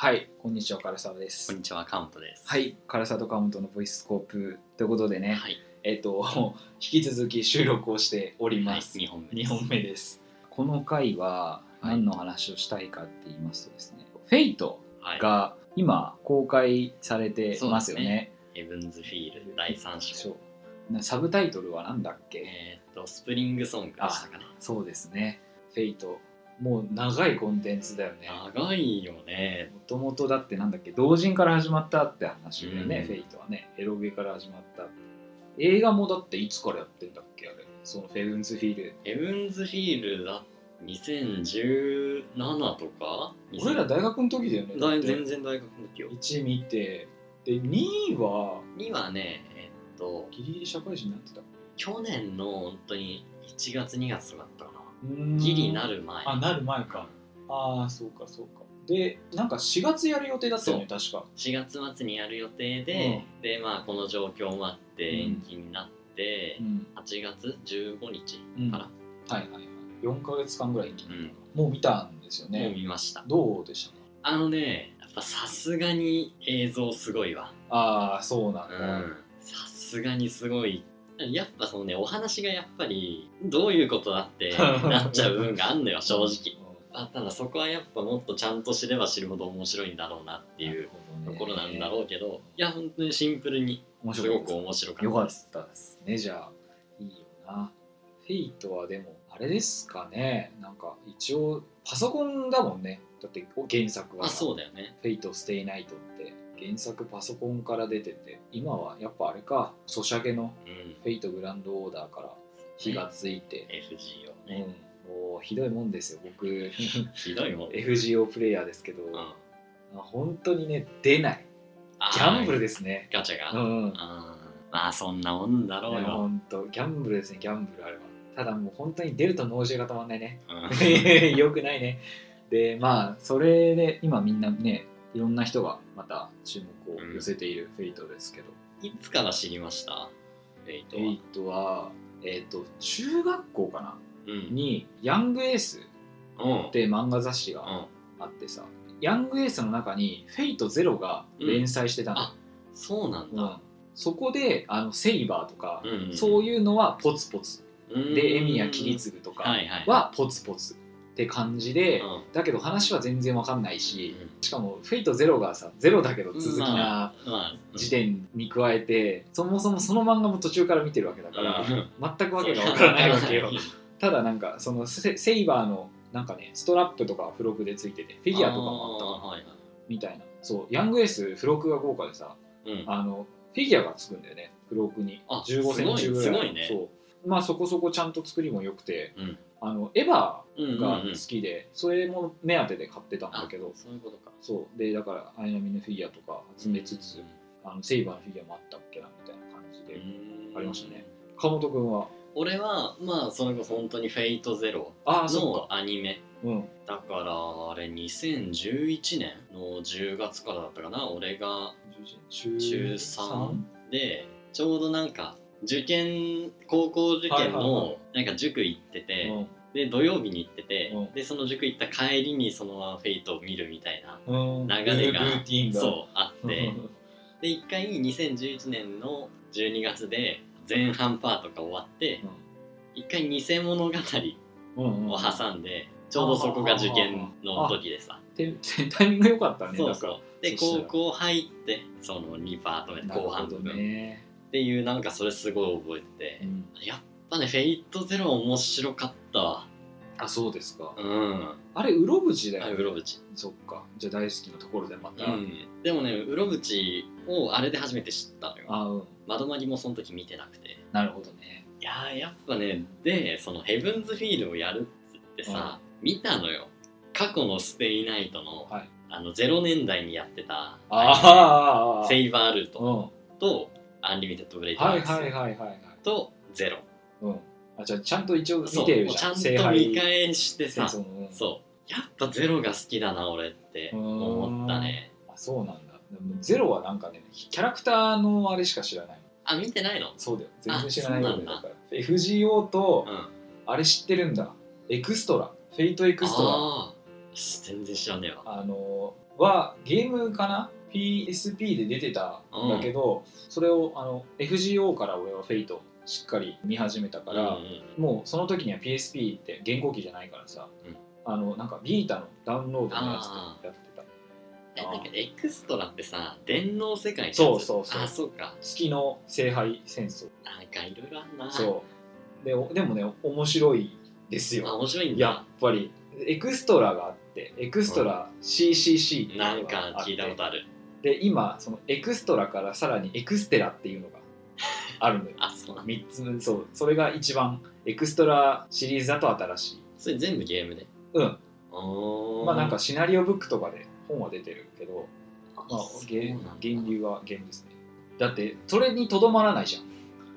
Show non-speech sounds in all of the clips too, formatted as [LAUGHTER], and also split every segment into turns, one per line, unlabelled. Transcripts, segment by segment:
はい、こんにちは、唐沢で
こん
す。
にちは、カウントです。
は。い、唐沢と川本のボイスコープということでね、
はい。
えっと、 [LAUGHS] 引き続き収録をしております。
二本目。
2本目です。この回は
はい
何の話をしたいかって言いますとですね、フェイト
はい。
が今公開されてますよね。
ヘブンズフィール第三章。
そうなサブタイトルは何だっけ
えーっと、スプリングソングでしたかね。
そうですね、フェイト。もう長いコンテンツだよね。
長いよね。
もともとだってなんだっけ同人から始まったって話だよね、
うん
フェイトはねエロゲから始まった映画もだっていつからやってんだっけあれそのフェブンズフィール
ヘブンズフィールだ。2017とか
俺ら大学の時だよねだ
大
って
全然大学の時よ。
1見てで2位は
にはね、えーっと、
ギリギリ社会人になってた
去年の本当に1月2月とかだったかな。
うーん
ギリなる前。
あなる前かああそうかそうかでなんか4月やる予定だったよね確か
4月末にやる予定で、でまあこの状況もあって
うん
延期になって、
ん
8月15日
うん
から、
はいはいはい4ヶ月間ぐらいに、
うん
もう見たんですよ
もう
ね
見ました
どうでしたか
あのねやっぱさすがに映像すごいわ
ああそうな
うん
だ、
んさすがにすごいやっぱそのねお話がやっぱりどういうことだって
[LAUGHS]
なっちゃう部分があんのよ正直あただそこはやっぱもっとちゃんと知れば知るほど面白いんだろうなっていうところなんだろうけど、いや本当にシンプルに
面
す
白い
ごく面白か
よ
った
か
で
っ
す
たですねじゃあいいよなフェイトはでもあれですかねなんか一応パソコンだもんねだって原作は
あそうだよね
フェイトステイナイトって原作パソコンから出てて今はやっぱあれかソシャゲの
うん
フェイトグランドオーダーから火がついて、
FGO
うん
ね、
もうひどいもんですよ僕 [LAUGHS]
ひどいもん、
FGO プレイヤーですけど、
うん
まあ本当にね出ない
あー
ギャンブルですね
ガチャが、
うん
あーまあそんなもんだろう
ね
よ、
ほんとギャンブルですねギャンブルあれはただもう本当に出ると脳汁が止まんない
[LAUGHS]
ねよくないねでまあそれで今みんなねいろんな人がまた注目を寄せているフェイトですけど、
いつから知りましたフェイト
フェイ
は、
トはえっ、と中学校かな
うん
に「ヤングエース」
うん
って漫画雑誌が
うん
あってさ、ヤングエースの中に「フェイトゼロが連載してたの、
あそうなん
うん
だ、
そこであのセイバーとか、
うん
そういうのはポツポツ
うん
でエミやキリツグとか
はいはい
はポツポツって感じで、
うん
だけど話は全然わかんないうし、
ん
しかも「フェイトゼロがさゼロだけど続き
ま
な
あまあうん
時点に加えて、そもそもその漫画も途中から見てるわけだから、
うん
全くわけがわからないわけよ
そう
[LAUGHS] ただなんかそのセセイバーのなんかねストラップとか付録でついててフィギュアとかもあったかな
あーはいは
みたいなそうヤングエース付録が豪華でさ
いうん
あのフィギュアがつくんだよね付録に
あ
15センチぐらい
すごいすごいね
そうまあそこそこちゃんと作りも良くて
うん
あのエヴァ
うんうん
が
うん
好きで、それも目当てで買ってたんだけど
そういうことか
そうでだからアイナミのフィギュアとか集めつつ、あのセイバーのフィギュアもあったっけなみたいな感じで、
うん
ありましたね川本君は
俺はまあそれこそ本当に「フェイトゼロ
ああそ
のアニメ
っかうん
だからあれ2011年の10月からだったかな俺が
中
中3でちょうどなんか受験高校受験
はいはいは
のなんか塾行ってて、
うん
で土曜日に行ってて、
うん
でその塾行った帰りにそのままフェイトを見るみたいな
うん
流れが
ルーティーンが
そうあっ
うん
てで1回2011年の12月で前半パートが終わって1回偽物語
うんうん
を挟んでちょうどそこが受験の時でさ
ててタイミング良かったね
そう
だか
そうで
そした
高
ら
校入ってその2パート目
ら
後半部
なるほど
分
ね、
っていうなんかそれすごい覚えて
うん
てやっぱね「フェイトゼロ面白かったわ
あそうですか、
うん
あれうろぶちだ
あ
よ、
ウロブチ
そっかじゃあ大好きなところでまた、
うんでもねウロブチをあれで初めて知ったのよ
あうん
窓マギもその時見てなくて
なるほどね
いやーやっぱねでそのヘブンズフィールをやるってさ、見たのよ過去のステイナイトの、
はい
あの0年代にやってた
ああああ
セイバール
う
ー
ん
トと、アンリミテッドブレイド
はい
ックス
はいはいはいはい
とゼロ
うんあじゃあちゃんと一応
そ
見
う
てる
もう
じ
ち
ゃ
ゃ
ん
んと見返して
戦
さ
争のうん
そうやっぱゼロが好きだな俺って思ったね
あそうなんだでもゼロはなんかねキャラクターのあれしか知らない
あ見てないの
そうだよ全然知らない
あ
よ
そう
ね
な
だ
ん
から FGO と
うん
あれ知ってるんだエクストラフェイトエクストラ
あー全然知らねえわ
あのはゲームかな PSP で出てたんだけど、それをあの FGO から俺はフェイトしっかり見始めたから、
うんうん
もうその時には PSP って原稿機じゃないからさ、
うん
あのなんかビータのダウンロードのやつとかやってた
えなんかエクストラってさ電脳世界のやつ
そうそうそう
あそうか
月の聖杯戦争
なんかいろいろあんな
そうでおでもね面白いです
あ
よ
面白いんだ
やっぱりエクストラがあってエクストラ CCC っていうのが
なんか聞いたこと
あっ
ある
てで今そのエクストラからさらにエクステラっていうのがあるのよ
あそうなんだ
3つ分そうそれが一番エクストラシリーズだと新しい
それ全部ゲームで
うん
おー
まあなんかシナリオブックとかで本は出てるけど、
あ
まあ、
そう
げ
なんだ
源流は源ですねだってそれにとどまらないじ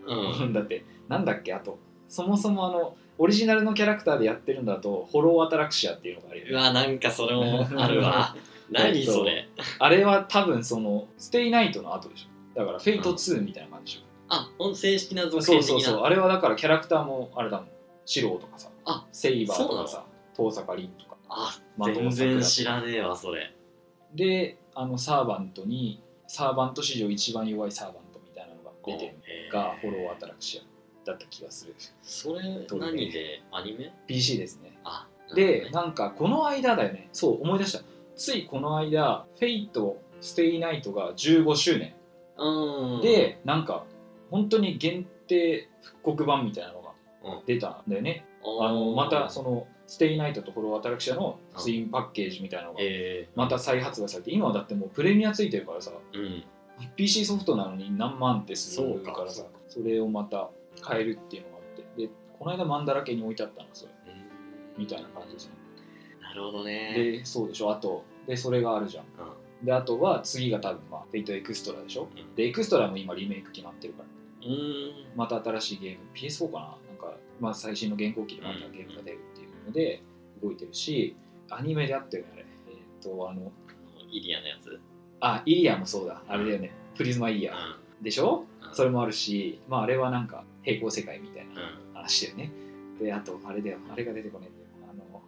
う
ゃん、
ん
[LAUGHS] だってなんだっけあとそもそもあのオリジナルのキャラクターでやってるんだとフォローアトラクシアっていうのがあるよね
うわなんかそ
[LAUGHS]
れもあるわ何それ
あれは多分そのステイナイトの後でしょだからフェイト2みたいな感じでし
あほん正式な
ょ、
属
そ
性
うそう
的
そう
な
あれはだからキャラクターもあれだもんシローとかさ
あ
セイバーとかさ遠坂凛とか
あ
的
全然知
ら
らねえわそれ
であのサーバントにサーバント史上一番弱いサーバントみたいなのが出てる
うん
が
え
フ
ー
ォローアトラクシアだった気がする
それ
どれ
何でアニメ
PC ですね
あ
で
なる
なんかこの間だよねそう思い出したついこの間「フェイトステイナイトが15周年
ほどねうん
でなんか本当に限定復刻版みたいなのが出たんだよね、あのまたその「ステイナイトと「フォローアトラクシア」のツインパッケージみたいなのが
え
また再発売されて今はだってもうプレミアついてるからさ
ー、うん
PC ソフトなのに何万ってするから
そ
さ
うか
それをまた買えるっていうのがあってでこの間マンだらけに置いてあったのそれみたいな感じですね
なるほどね
でそうでしょあとでそれがあるじゃん
うん
であとは次が多分まあ「フェイトエクストラ」でしょ
うん
でエクストラも今リメイク決まってるから
うーん
また新しいゲーム PS4 かななんか、まあ、最新の原稿機でまたゲームが出るっていうので動いてるしアニメであったよねあれえーっとあの
あのイリアのやつうん
あイリアもそうだあれだよねプリズマイリアでしょ
うん
それもあるし、まあ、あれはなんか平行世界みたいな
うん
話だよね。で、あと、あれだよ、あれが出てこないんだよ。あの、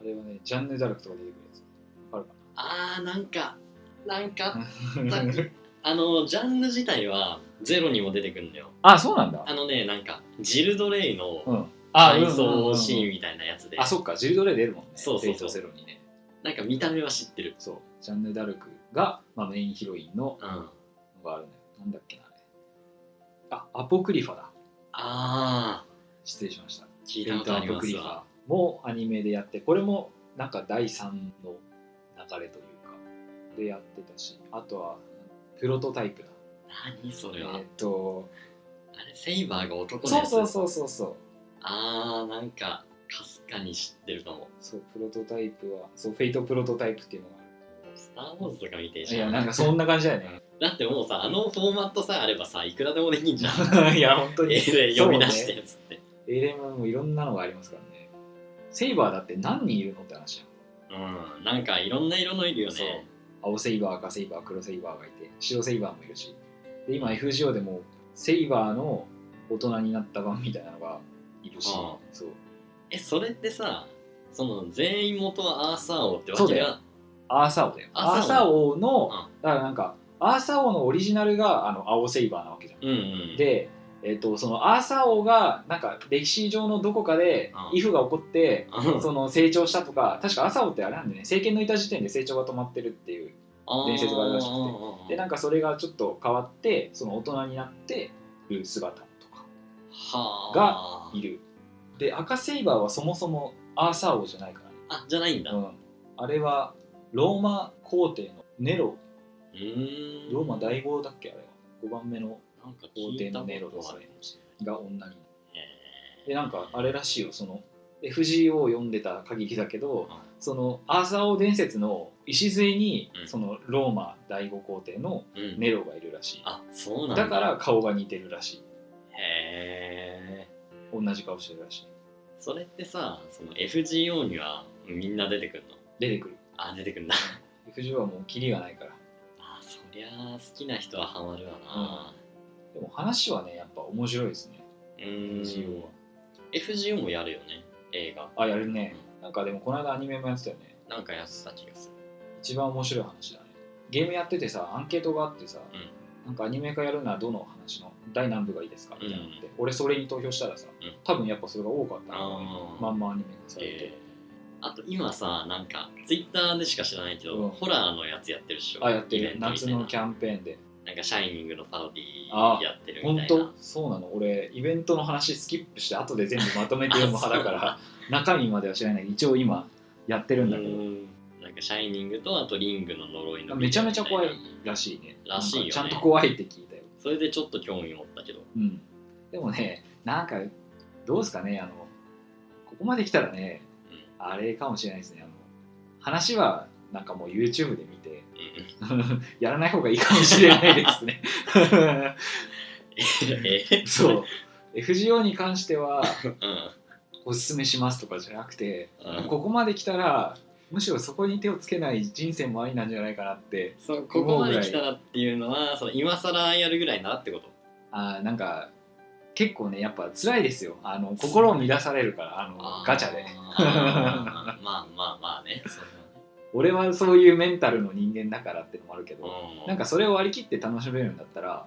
あれはね、ジャンヌ・ダルクとか出てくるやつ。わか
あーなんかなんか
るか
あった
な
あのジャンル自体はゼロにも出てくるんだよ
[LAUGHS] あ、そうなんだ
あ。のねなんかジルドレイ
う
の
ん。あ、
回想シーンみたいなやつで
ンあ、そっか、ジルドレイ出るもんね。
そうそうそ
デ
う
ートゼロにね。
なんか見た目は知ってる
そう、ジャンヌ・ダルクが、まあ、メインヒロインの
うんあ
のがあるんだよ。なんだっけな、あれ。あ、アポクリファだ。
あ
失礼しました。
ー聞いたことあり
ア
ま
ポク
す
リフ
わ
ァもアニメでやって、これもなんか第3の流れというか、でやってたし、あとはプロトタイプだ。
何そ
え
れは
ーっと、
あれセイバーが男の
そ
や
う
つ
そうそうそうそう。
あーなんかかすかに知ってるかも
そう、プロトタイプは、そう、フェイトプロトタイプっていうのが
スター・ウォーズとか
あ
見てえ
る。い
じゃ
や、
ん
なんかそんな感じだよ
だってもうさあのフォーマットさえあればさいくらでもでき
[LAUGHS]
んじゃん
ね。いや、本当に。
えで
そう
呼
ね
び出してっつって
エレンはもういろんなのがありますからね。セイバーだって何人いるのって話じゃん。
うんなんかいろんな色のいるよ
そう
ね
青セイバー、赤セイバー、黒セイバーがいて、白セイバーもいるし。で、今 FGO でも、セイバーの大人になった版みたいなのがいるし、
ああ
そう。
えそれってさその全員元はアーサー王って
そ
わ
う
け
だ
が
よアーサ王だよ。
ア
ア
ー
ー
サ
サ
ー
王の、
う
だからなんか、アーサ王のオリジナルがあの青セイバーなわけじゃん。
うんうん
で、えっとそのアーサー王がなんか歴史上のどこかで
うん
イフが起こって、
[LAUGHS] あの
その成長したとか確かアーサー王ってあれなんでね政権抜いた時点で成長が止まってるっていう伝説があるらしくて
あー
でなんかそれがちょっと変わってその大人になってる姿とか
はあ
いるで赤セイバーはそもそもアーサー王じゃないか
あじゃないんだ
ら
う
ね、うん、あれはローマ皇帝のネロ
ーん
ローマ第5だっけあれは5番目の
なんか
皇
聞
帝
いた
の
こと
ネロと
あ
か
るかもし
が女に
れないえ
でなんかあれらしいよその FGO を読んでた限りだけど、
うん
そのアーサー王伝説の礎に、
うん
そのローマ第五皇帝の
ーうん
ネロがいるらしい、
あそうなんだ
だから顔が似てるらしい
へえ
同じ顔してるらしい
それってさその FGO にはみんな出てくるの
出てくる
あ出てくるんだ [LAUGHS]
FGO はもうキリがないから
あそりゃあ好きな人はハマるわな
でも話はねやっぱ面白いですね
うーん
FGO は
FGO もやるよね映画
あやるねなんかでもこの間アニメもやってたよね
なんかやってた気がする
一番面白い話だねゲームやっててさアンケートがあってさ、
う
なんかアニメ化やるならどの話の第何部がいいですかみたいなのって、俺それに投票したらさ、
うん
多分やっぱそれが多かったの
あー、
まんまアニメ化されて
え、ーあと今さなんかツイッターでしか知らないけど、
うん
ホラーのやつやってるっしょ
あやって
イベ
る
ントみた
夏
いな
のキャンペーンで
なんか「シャイニング」のパロデ
あ
ィやってるみ
本
たい
当
な
そうなの俺イベントの話スキップして後で全部まとめて読む派だ
[LAUGHS]
から中身までは知らないけど一応今やってるんだけ
う
ど
んなんか「シャイニング」とあと「リングの呪いの」
めちゃめちゃ怖いらしいね
らしいよね
なんかちゃんと怖いって聞いたよ、
それでちょっと興味持った
[LAUGHS]
けど
うん、でもねなんかどうですかねあのここまで来たらね
う
あれかもしれないですねあの話はなんかもう YouTube で見て [LAUGHS]
んうん
やらない方がいいかもしれないですね
[LAUGHS] え
そう FGO に関しては
うん
おすすめしますとかじゃなくて
[LAUGHS] うん
ここまで来たらむしろそこに手をつけない人生もありなんじゃないかなって
そうここまで来たらっていうのはその今更やるぐらいなってこと
あーなんか結構ねやっぱ辛いですよあの心を乱されるからあの
あー
ガチャで
あーまあまあまあね
[LAUGHS]
それ
俺はそういうメンタルの人間だからってのもあるけど、
はね
なんかそれを割り切って楽しめるんだったら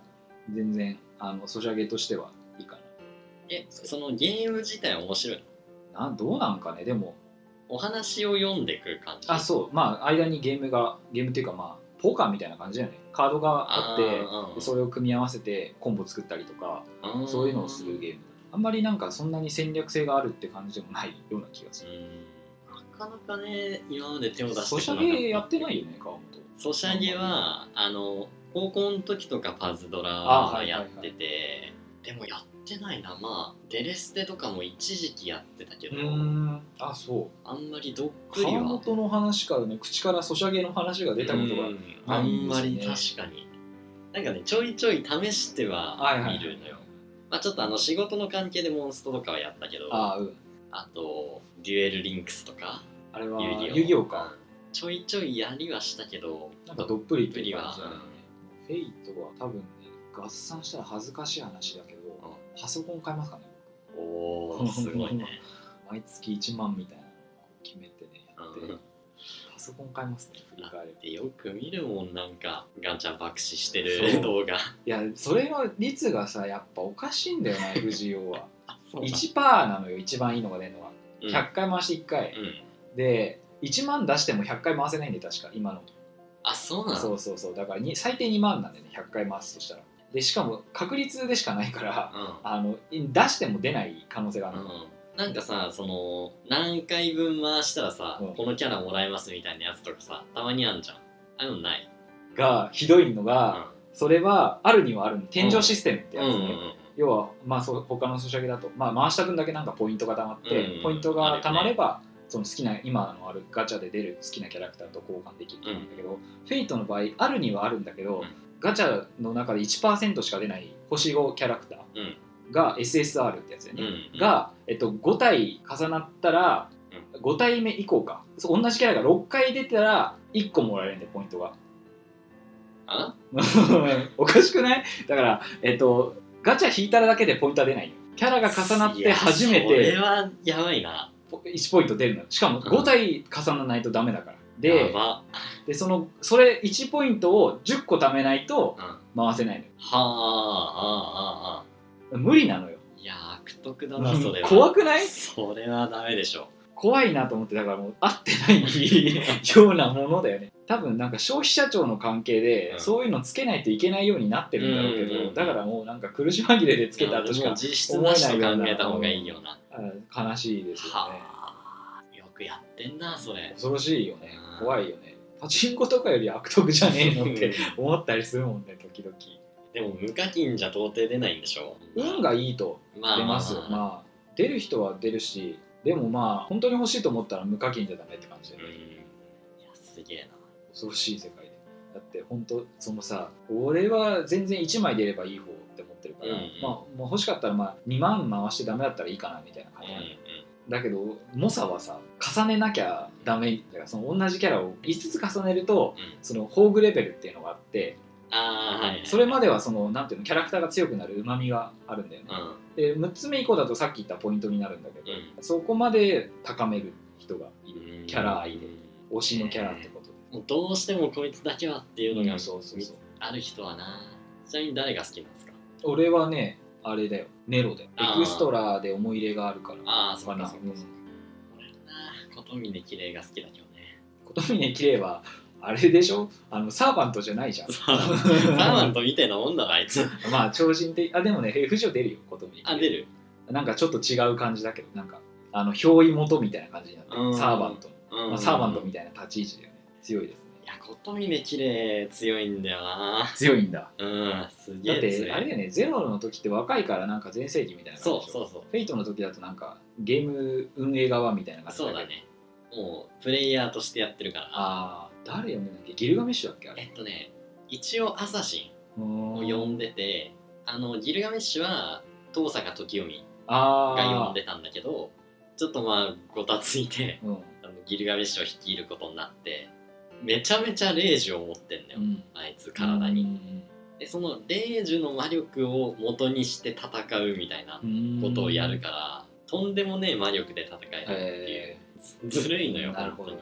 全然あのソシャゲとしてはいいか
えそのゲーム自体面白いの
ななんどうなんかねでも
お話を読んでく感じ
あそうまあ間にゲームがゲームっていうかまあポーカーみたいな感じだよねカードがあって
あー
でそれを組み合わせてコンボ作ったりとか
うん
そういうのをするゲームあんまりなんかそんなに戦略性があるって感じでもないような気がする
うんなかなかね今まで手を出して
ソシャゲやってないよね川本
ソシャゲはあの高校の時とかパズドラ
あは
は
いはい
や
はい
っててでもやってないなまあデレステとかも一時期やってたけ
う
ど
ーんあそう
あんまりどっぷりは
川本の話からね口からソシャゲの話が出たことが
うんあ
ない
ん
んです
ま
ね
り確かになんかねちょいちょい試して
はいは
はいいるのよ、まあ、ちょっとあの仕事の関係でモンストとかはやったけどあ
ああうん
とデュエルリンクスとか
あれは
遊戯王
遊戯王か
うんちょいちょいやりはしたけど
なんかどっぷりっていう
ど
感
っぷ
じ
り
だ
は
よねフェイトは多分ね合算したら恥ずかしい話だけどパソコン買いますかね
おーすごいね
毎月1万みたいなのを決めてねやって
うん
パソコン買いますね振り返れば
でよく見るもんなんかガンちゃん爆死して
そう
る動画
いやそれの率がさやっぱおかしいんだ
[LAUGHS]
よな FGO は
一
1%なのよ一番いいのが出るのは
うん
100回回して1回
うん
で1万出しても100回回せないんで確か今の
あそうなの
そうそうそうだからに最低2万なんでね100回回すとしたらでしかも確率でしかないから [LAUGHS]
うん
あの出しても出ない可能性があるの、
うんなんかさその何回分回したらさ、
うん
このキャラもらえますみたいなやつとかさたまにあんじゃんああいうのない
がひどいのが、それはあるにはあるの天井システムって
うん
や
う
つ
ん
ね、
うん
要は、まあ、そう他のソシャゲだと、まあ、回した分だけなんかポイントがたまって、
うん
ポイントがたまれば、その好きな今のあるガチャで出る好きなキャラクターと交換できるんだけど、フェイトの場合あるにはあるんだけど、
うん
ガチャの中で1%しか出ない星5キャラクターが SSR ってやつだよね、
うん
が、えっと、5体重なったら5体目以降かそう同じキャラが6回出たら1個もらえるんでポイントが
あ
[LAUGHS] おかしくないだから、えっと、ガチャ引いたらだけでポイントは出ないよキャラが重なっ
い
て
や
初め
それ
て
はやばいな
1ポイント出るのしかも5体重ならないとダメだから
や
で
ば、
でそのそれ1ポイントを10個貯めないと
うん、は
回せないのよ
あああああ
無理なのよ
いやー悪徳だなそれは
怖くない
それはダメでしょ
怖いなと思ってだからもう合って
[LAUGHS]
ないようなものだよね多分なんか消費者庁の関係で、
うん
そういうのつけないといけないようになってるんだろうけど、
うんうんうん
だからもうなんか苦し紛れでつけた
いや
とし
もう
か
実質なしと考えた方がいいよな
あ悲しいですよね
はあよくやってんなそれ
恐ろしいよね
うん
怖いよねパチンコとかより悪徳じゃねえのって
う
思ったりするもんね時々
ん [LAUGHS] でも無課金じゃ到底出ないんでしょ
運がいいと
まあ
出ますよ
あ
まあ出る人は出るしでもまあ本当に欲しいと思ったら無課金じゃダメって感じだ
う
よ
ん
ね、
いやすげえ
恐ろしい世界でだって本当そのさ俺は全然1枚出ればいい方って思ってるから、
うんうん
まあ、もう欲しかったらまあ2万回してダメだったらいいかなみたいな感
な
じ、
うん
だけど猛者はさ重ねなきゃダメだからその同じキャラを5つ重ねると
うん
その宝具レベルっていうのがあって
ああはい
それま
で
ではそのなんていうのキャラクターが強くなるうまみがあるんだよね
うん
で6つ目以降だとさっき言ったポイントになるんだけど
う
そこまで高める人がいる
うん
キャラ愛で推しのキャラってことで、
もうどうしてもこいつだけはっていうのが
そうそうそう
ある人はなちなみに誰が好きなんですか
俺はねあれだよネロでエ
あー
クストラで思い入れがあるから
ああそう
か
か
な
そうかそうか俺な琴峰綺麗が好きだけどね
琴峰綺麗はあれでしょあのサーバントじゃないじゃん
サーバントみたいなもんだろあいつ
[LAUGHS] まあ超人的あでもね F 上出るよ琴峰綺麗
あ出る
なんかちょっと違う感じだけどなんかあの憑依元みたいな感じになって
う
る
ん
サーバント、
うん
まあ、サーバントみたいな立ち位置だよね強いですね
いや琴峰綺麗強いんだよな
強いんだ
うんすげ
だっ
え強
て
い
あれだよねゼロの時って若いからなんか全盛期みたいな感じ
そ
でしょ
うそうそう
フェイトの時だとなんかゲーム運営側みたいな感じ
そう
けど
だねもうプレイヤーとしてやってるから
ああ誰読んでたっけギルガメッシュだっけあ
え
れ
っとね一応アサシ
う
ンを
ー
呼んでてあのギルガメッシュは遠坂時臣が読
あ
んでたんだけどちょっとまあごたついて
ーうん
あのギルガメッシュを率いることになってめちゃめちゃ霊樹を持ってんだよ、
うん
あいつ体に、
に
でその霊樹の魔力を元にして戦うみたいなことをやるから、とんでもねえ魔力で戦え
え
るっていう、ずるいのよ
ーなるほどね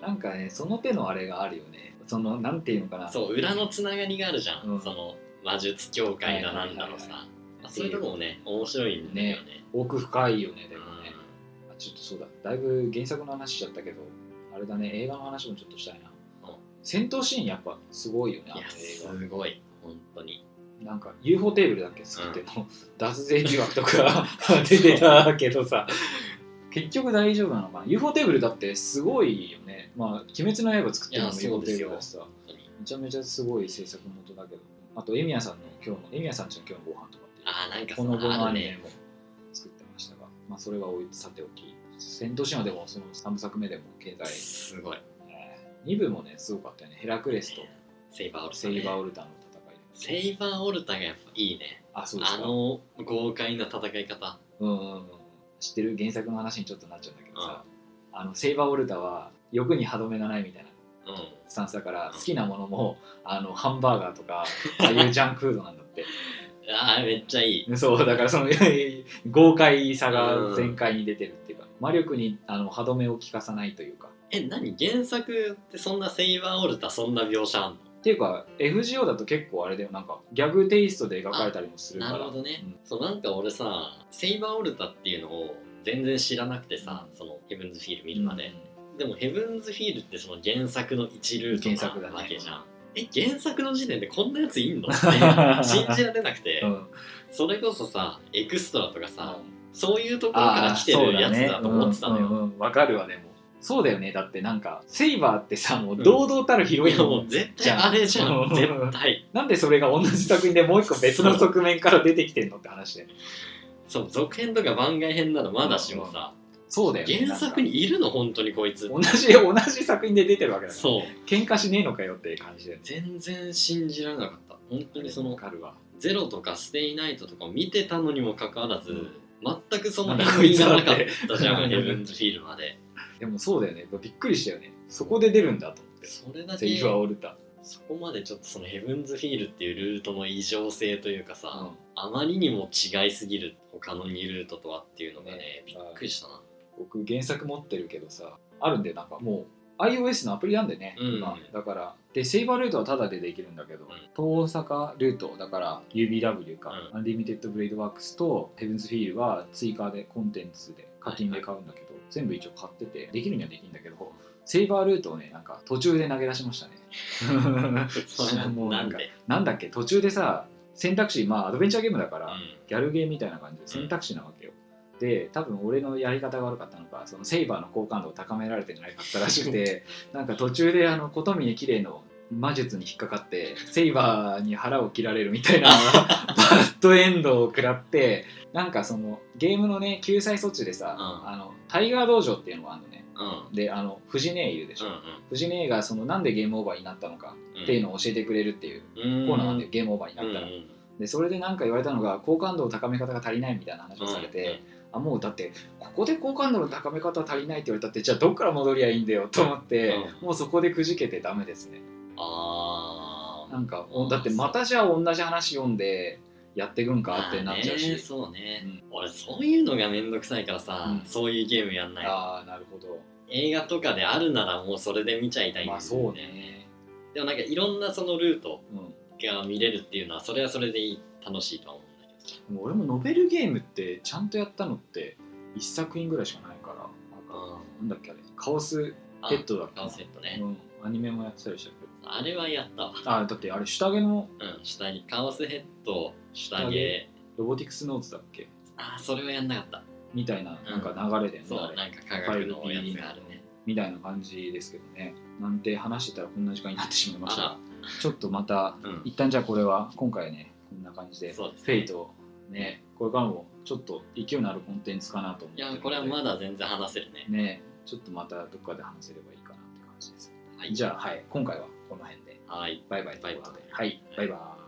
本
なんかねその手のあれがあるよねそのなんていうのか
当
な
にそう裏のつながりがあるじゃん、
うん
その魔術協会だ
はいは
ない
はい
んだろうさ、まあそういうとこもね面白いんだよね
奥深いよねで
う
もね、
ん
あちょっとそうだだいぶ原作の話しちゃったけどあれだね映画の話もちょっとしたいな、
うん
戦闘シーンやっぱすごいよねあの
いや
映
すごい本当に
画なんか UFO テーブルだっけ作っての、脱税疑惑と
[LAUGHS]
か出てたけどさ結局大丈夫なのかな UFO テーブルだってすごいよねまあ「鬼滅の刃」作ってるのも
いや
UFO
そう
テー
です
ブ
よ
ルだしさ
本当に
めちゃめちゃすごい制作元だけどあとエミヤさんの今日のエミヤさんちの今日のご飯とかっていう
ああなんか
こ
そ
の
の
後の
あ
ア
る
ニ
ね
メも作ってましたが、まあ、それは置いてさておき戦闘シーンはでもその3作目でも経済、
すごい
2部もねすごかったよねヘラクレスと
セイバーオルタ
セ
ね
イバーオルタの戦い
セイバーオルタがやっぱいいね
あそうです
あ
か
の豪快な戦い方
うんうんうん知ってる原作の話にちょっとなっちゃうんだけどさ、あのセイバーオルタは欲に歯止めがないみたいな
うん
スタンスだから
ん
好きなものもあのハンバーガーとかああいうジャンクフードなんだって
ああめっちゃいい
[LAUGHS] そうだからその豪快さが全開に出てるっていうか、魔力にあの歯止めを効かさないというか
え何原作ってそんなセイバーオルタそんな描写あんの
っていうか FGO だと結構あれだよなんかギャグテイストで描かれたりもするから
なるほどね、
うん
そうなんか俺さセイバーオルタっていうのを全然知らなくてさそのヘブンズフィール見るまで、でもヘブンズフィールってその原作の一ルー
原作
ト
だ
な
ね
わけじゃん、え原作の時点でこんなやついんのって信じられなくて、
うんうん
それこそさエクストラとかさ、
あ
そういうところから
あ
来てるやつだと思ってたの
そ
よ、
うだねうんうんわかるわでもそうだよねだってなんかセイバーってさもう堂々たるヒロ
い
イン
やもう絶対あれじゃん
じゃん
絶対
なんでそれが同じ作品でもう一個別の側面から出てきてんのって話で
そう続編とか番外編ならまだしもさ、
そうだよね
原作にいるの本当にこいつ
なんか同じ同じ作品で出てるわけだから
そう
喧嘩しねえのかよっていう感じで
全然信じられなかった本当にそ
わ
の
かるわ
「ゼロとか「ステイナイト」とかを見てたのにもかかわらず、
うん
全くその
なんか
意味がなかっ
こい
た
つ
じ
らって [LAUGHS]
ゃんヘブンズフィールまで
でもそうだよねびっくりしたよねそこで出るんだと思って
それだ
セ
け
イバーオルタ
そこまでちょっとそのヘブンズフィールっていうルートの異常性というかさ、
うん
あまりにも違いすぎる他の2ルートとはっていうのがね
ね
びっくりしたな
僕原作持ってるけどさあるんでなんかもう iOS のアプリなんでね、
うん
今だからでセイバールートはタダでできるんだけど、
ん
遠坂ルートだから UBW か、
う
アンリミテッドブレイドワークスとヘブンズフィールは追加でコンテンツで課金で買うんだけど、全部一応買っててできるにはできるんだけどセイバールートをねなんか途中で投げ出しましたね
[LAUGHS] それは
もう
な
なんん
で
かなんだっけ途中でさ選択肢まあアドベンチャーゲームだから、
うん
ギャルゲーみたいな感じで選択肢なわけよ。で多分俺のやり方が悪かったのかそのセイバーの好感度を高められてないかったらしくて [LAUGHS] なんか途中であの琴峰綺麗の魔術に引っかかってセイバーに腹を切られるみたい
[LAUGHS]
なバッドエンドを食らってなんかそのゲームのね救済措置でさ、
うん
あのタイガー道場っていうのがあるのね
うん
であのフジネいるでし
う
ょ、
ん
フジネがそのなんでゲームオーバーになったのか
うん
っていうのを教えてくれるっていうコーナーなんで、ゲームオーバーに
う
なんっ
うん
たら、でそれで何か言われたのが好感度を高め方が足りないみたいな話をされて、あもうだってここで好感度の高め方足りないって言われたってじゃあどっから戻りゃいいんだよと思って、
う
もうそこでくじけてダメですね
あ
なんか
うん
だってまたじゃあ同じ話読んでやっていくんかってなっちゃうし、
まあねそうね、
うん
俺そういうのがめんどくさいからさ、
うん
そういうゲームやんない
ああなるほど
映画とかであるならもうそれで見ちゃいたいんだよね
まあそうね
でもなんかいろんなそのルート
うん
が見れるっていうのはそれはそれでいい楽しいとは思うんだけどさ
でも俺もノベルゲームってちゃんとやったのって1作品ぐらいしかないからなんかなんだっけあれカオス
あ
ヘッドだっけ
カオスヘッドね、
うん、アニメもやってたりしたけど
あれはやったわ
あだってあれ下着の
うん下にカオスヘッド下
下
着
着ロボティクスノーツだっけ
あーそれはやんなかった
みたいななんか流れで、ね
そう
あれ
なんか科学のやつがあるね
みたいな感じですけどねなんて話してたらこんな時間になってしまいまし
あ
た
ら
ちょっとまた
うん
一旦じゃあこれは今回はねこんな感じで
そうです
フェイ
ね
トをねこれからもちょっと勢いのあるコンテンツかなと思っ
い
てるの
や
で
これはまだ全然話せるね
ねちょっとまたどっかで話せればいいかなって感じです、
はい
じゃあはい今回はこの辺で
はい
バイバイということではいバイバイ